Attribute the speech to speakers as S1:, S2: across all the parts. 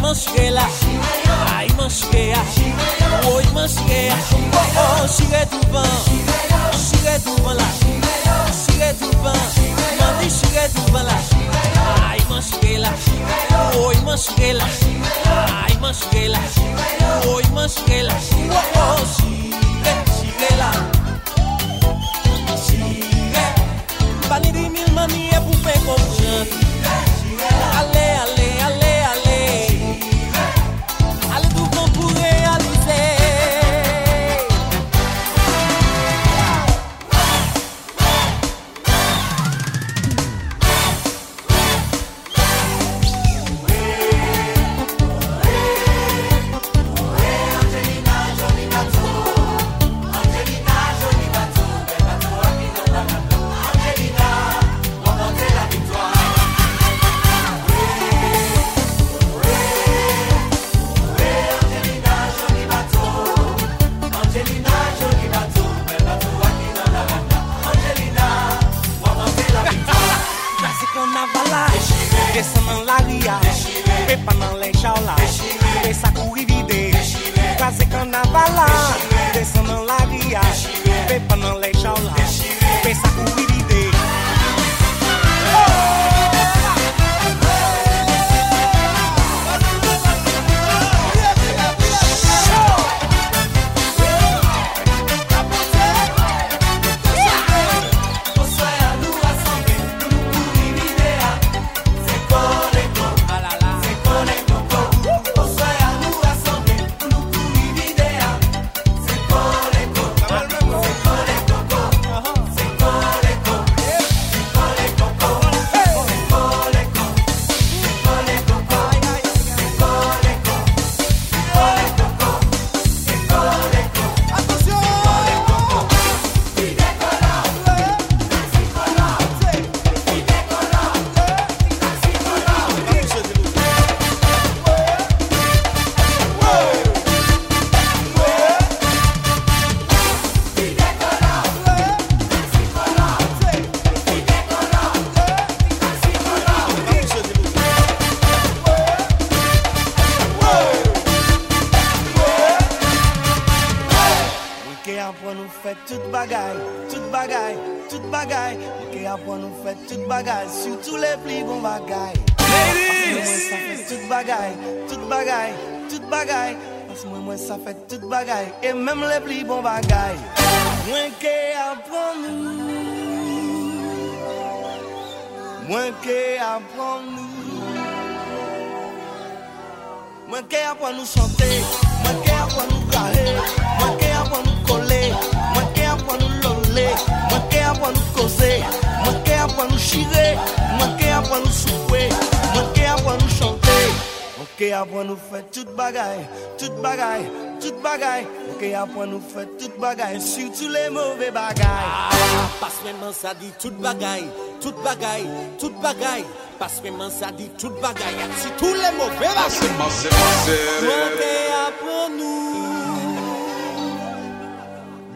S1: manche la, ay manche ya, woy manche ya, oh oh, chire touvan, chire touvan la, chire touvan, mandi chire touvan la, ay manche la, woy manche la, ay manche la, woy manche la, oh oh, chire, chire la, chire, pani di mil mani e pou pe konpjan, ale, ale, ale, ale, Ale touvan pou realize Nasi kon avala Desan nan la ria Pepa nan len chaola Desa kou rivide Nasi kon avala Desan nan la ria Pepa nan len chaola Desa kou rivide
S2: Mwen ke apwa nou fè tout bagay, tout bagay, tout bagay Mwen ke apwa nou fè tout bagay, sou tout le pli bon bagay Ladies! Mwen sa fè tout bagay, tout bagay, tout bagay Pas mwen mwen sa fè tout bagay, e mèm le pli bon bagay Mwen ke apwa nou Mwen ke apwa nou Mwen ke apwa nou chante, mwen ke apwa nou kare, mwen ke apwa nou kole, mwen ke apwa nou lole, mwen ke apwa nou kose, mwen ke apwa nou chire, mwen ke apwa nou soupe, mwen ke apwa nou chante. Mwen ke apwa nou fè tout bagay, tout bagay, tout bagay, mwen ke apwa nou fè tout bagay, surtout les mauvais bagay.
S1: Pas mèman sa di tout bagay Tout bagay, tout bagay Pas mèman sa di tout bagay Ati tout le mouve bagay Manke apren nou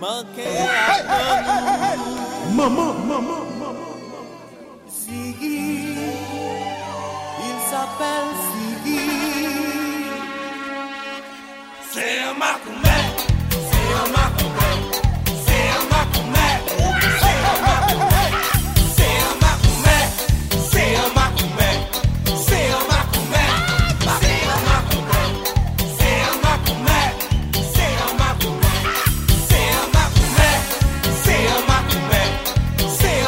S1: Manke apren nou Maman, maman, maman Ziggy Il s'appelle Ziggy
S2: C'est un macoumè, c'est un macoumè, c'est un macoumè, c'est un macoumè, c'est un macoumè, c'est un macoumè, c'est un macoumè, c'est un macoumè, c'est un macoumè, c'est un macoumè, c'est un macoumè, c'est un macoumè, c'est un macoumè, c'est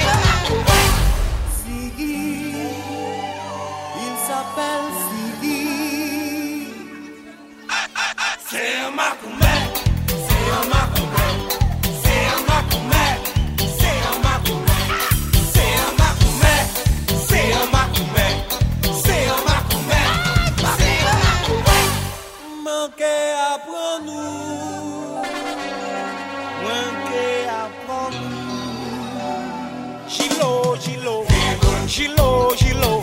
S2: un macoumè.
S1: Ziggy, il s'appelle Ziggy.
S2: C'est un macoumè, c'est un macoumè, c'est un macoumè, c'est un macoumè, c'est un macoumè, c'est un macoumè, c'est un macoumè, c'est un macoumè.
S1: Manke apren nou,
S2: Mwen ke apon
S1: jilo, jilo, jilo, jilo. Ou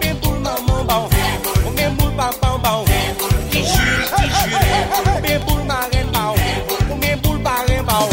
S1: bien boule maman bon, ou bien boule papa bon. Qui jure, qui jure, ou bien boule marraine bon, ou bien boule parrain bon.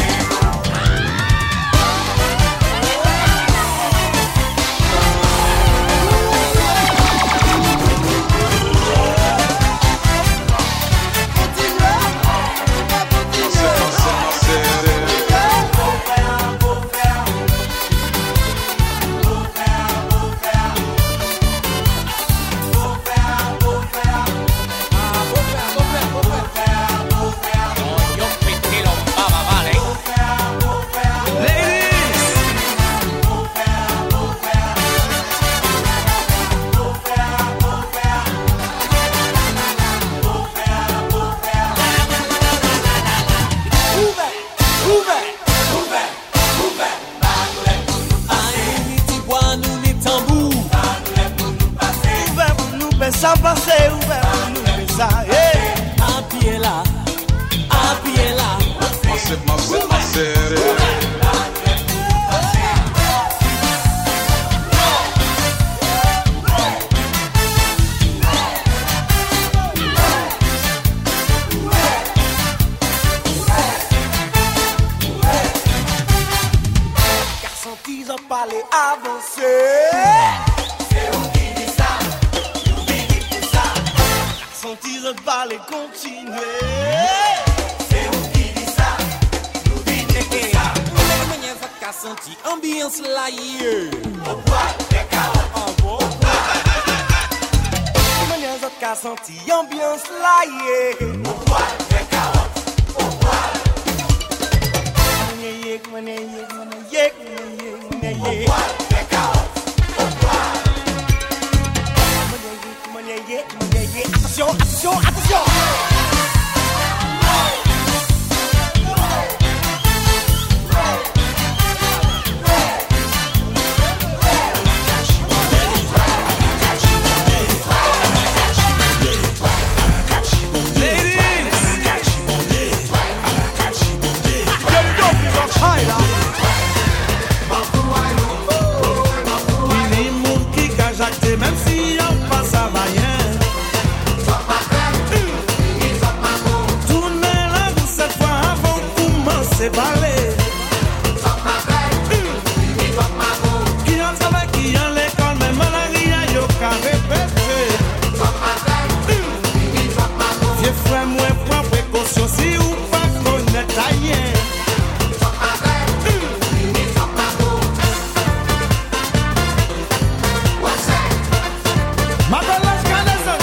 S1: Mè sa pase ou mè nou mè sa Hey,
S3: Apye la, apye la
S4: Massive, massive, massive.
S1: garçon ti jan pale avanse Se ou ki di sa, nou vini pou sa Garçon ti jan pale kontinue
S3: Mwen mwenye fak ka senti ambiance la ye
S1: Mwenye zot ka santi ambyans la ye Ou pal de kaot, ou pal Mwenye yek, mwenye yek, mwenye yek, mwenye yek, mwenye yek Ou pal de kaot, ou pal Mwenye yek, mwenye yek, mwenye yek Atensyon, atensyon, atensyon
S2: Ni moun ki ka jakte Mem si yon pa sa vayen Tourne la vou set fwa Avon kouman se pale Ki yon travay, ki yon lekol Men man la ria yo ka repete Vie fwe mwen pran prekosyon Si ou pa konet a yen Ma belaj kanezan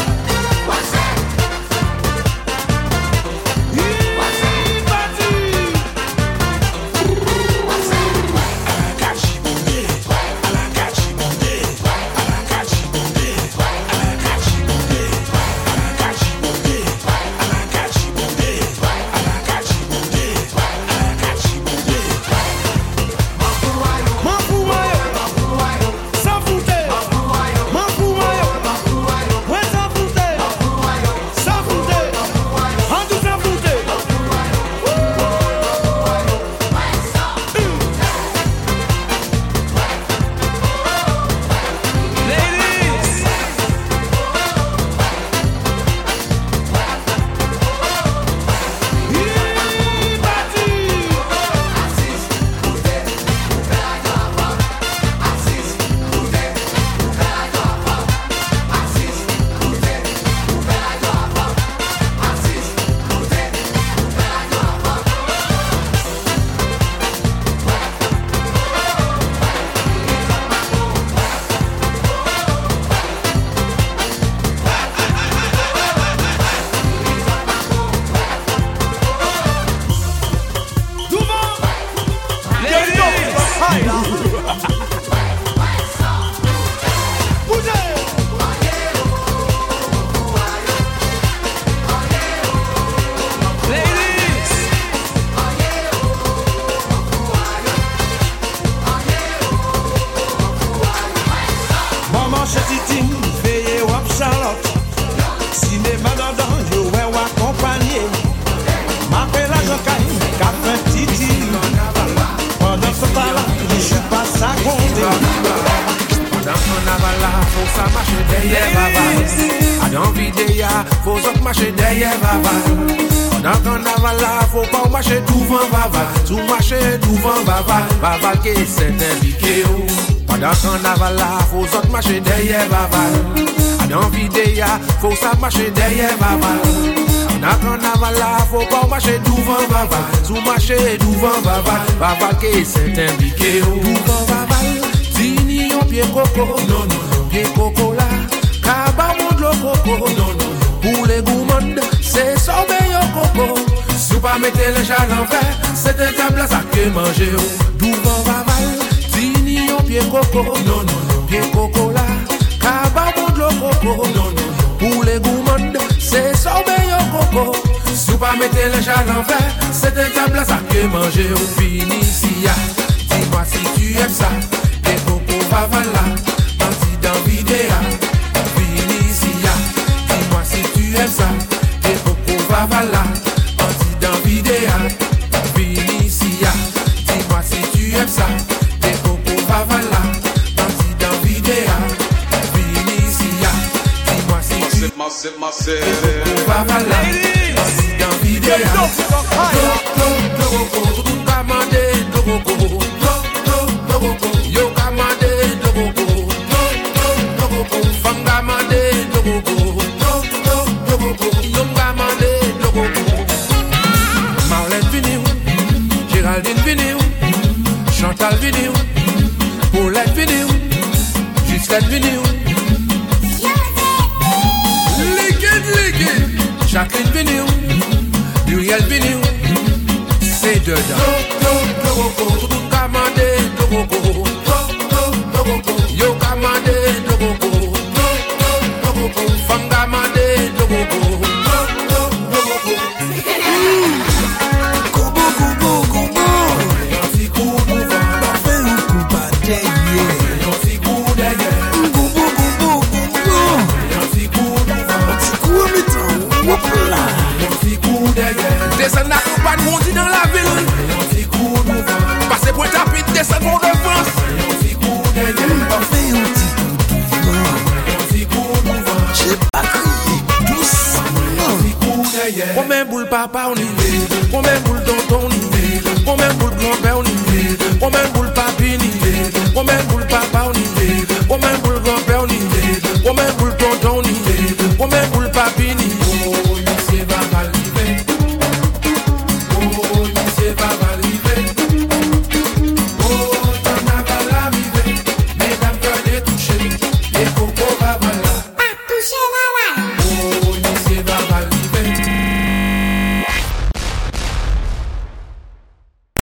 S2: Maman chetitin, veye wap charlotte Sinema dadan, yo wè wakompanye Mape la jokay, kafe titi Pendan se pala, je suis pas sa konte
S5: Dans mon avala, faut ça marcher derrière Baba. A dans vidéa, faut ça marcher derrière Baba. Dans ton avala, faut pas marcher devant Baba. Tout marcher devant Baba. Baba qui s'est indiqué. Pendant ton avala, faut ça marcher derrière Baba. A dans vidéa, faut ça marcher derrière Baba. Dans ton avala, faut pas marcher devant Baba. Tout marcher devant Baba. Baba qui s'est indiqué. Devant Baba. Dini yon pie koko, non non non Pie koko la, kaba moun lo koko, non non non Pou le goumand, se sobe yo koko Sou pa mette le chan an fe, se te tabla sa ke manje yo Douvan va mal, dini yon pie koko, non non non Pie koko la, kaba moun lo koko, non non non Pou le goumand, se sobe yo koko Sou pa mette le chan an fe, se te tabla sa ke manje yo Fini si ya, dis-moi si tu aimes ça Et coco pavala, parti dans vidéa, Finicia, Kavala, anti dan videya, vini si ya, ti mwa si tu em sa, de koko kavala, anti dan videya, vini si ya, ti mwa si tu
S6: Massive, massive, massive.
S5: Bavala, anti dan videya, Géraldine vini ou, Chantal vini ou, Paulette vini ou, Gisèle vini ou, Liquide, liquide. Jacqueline vini ou, Muriel vini ou, c'est dedans. Desen na kou pa nou di nan la vil Pase pou tapit desen pou defans Combien boule papa on y est Combien boule tonton on y est Combien boule grand-père on y est Combien boule papi on y est Combien boule papa on y est Combien boule grand-père on y est Combien boule tonton on y est Combien boule papi on y est Oh, il s'est va m'arriver Oh, il s'est va m'arriver Oh, t'en as pas l'arrivée Mesdames, venez toucher Les cocos Oh,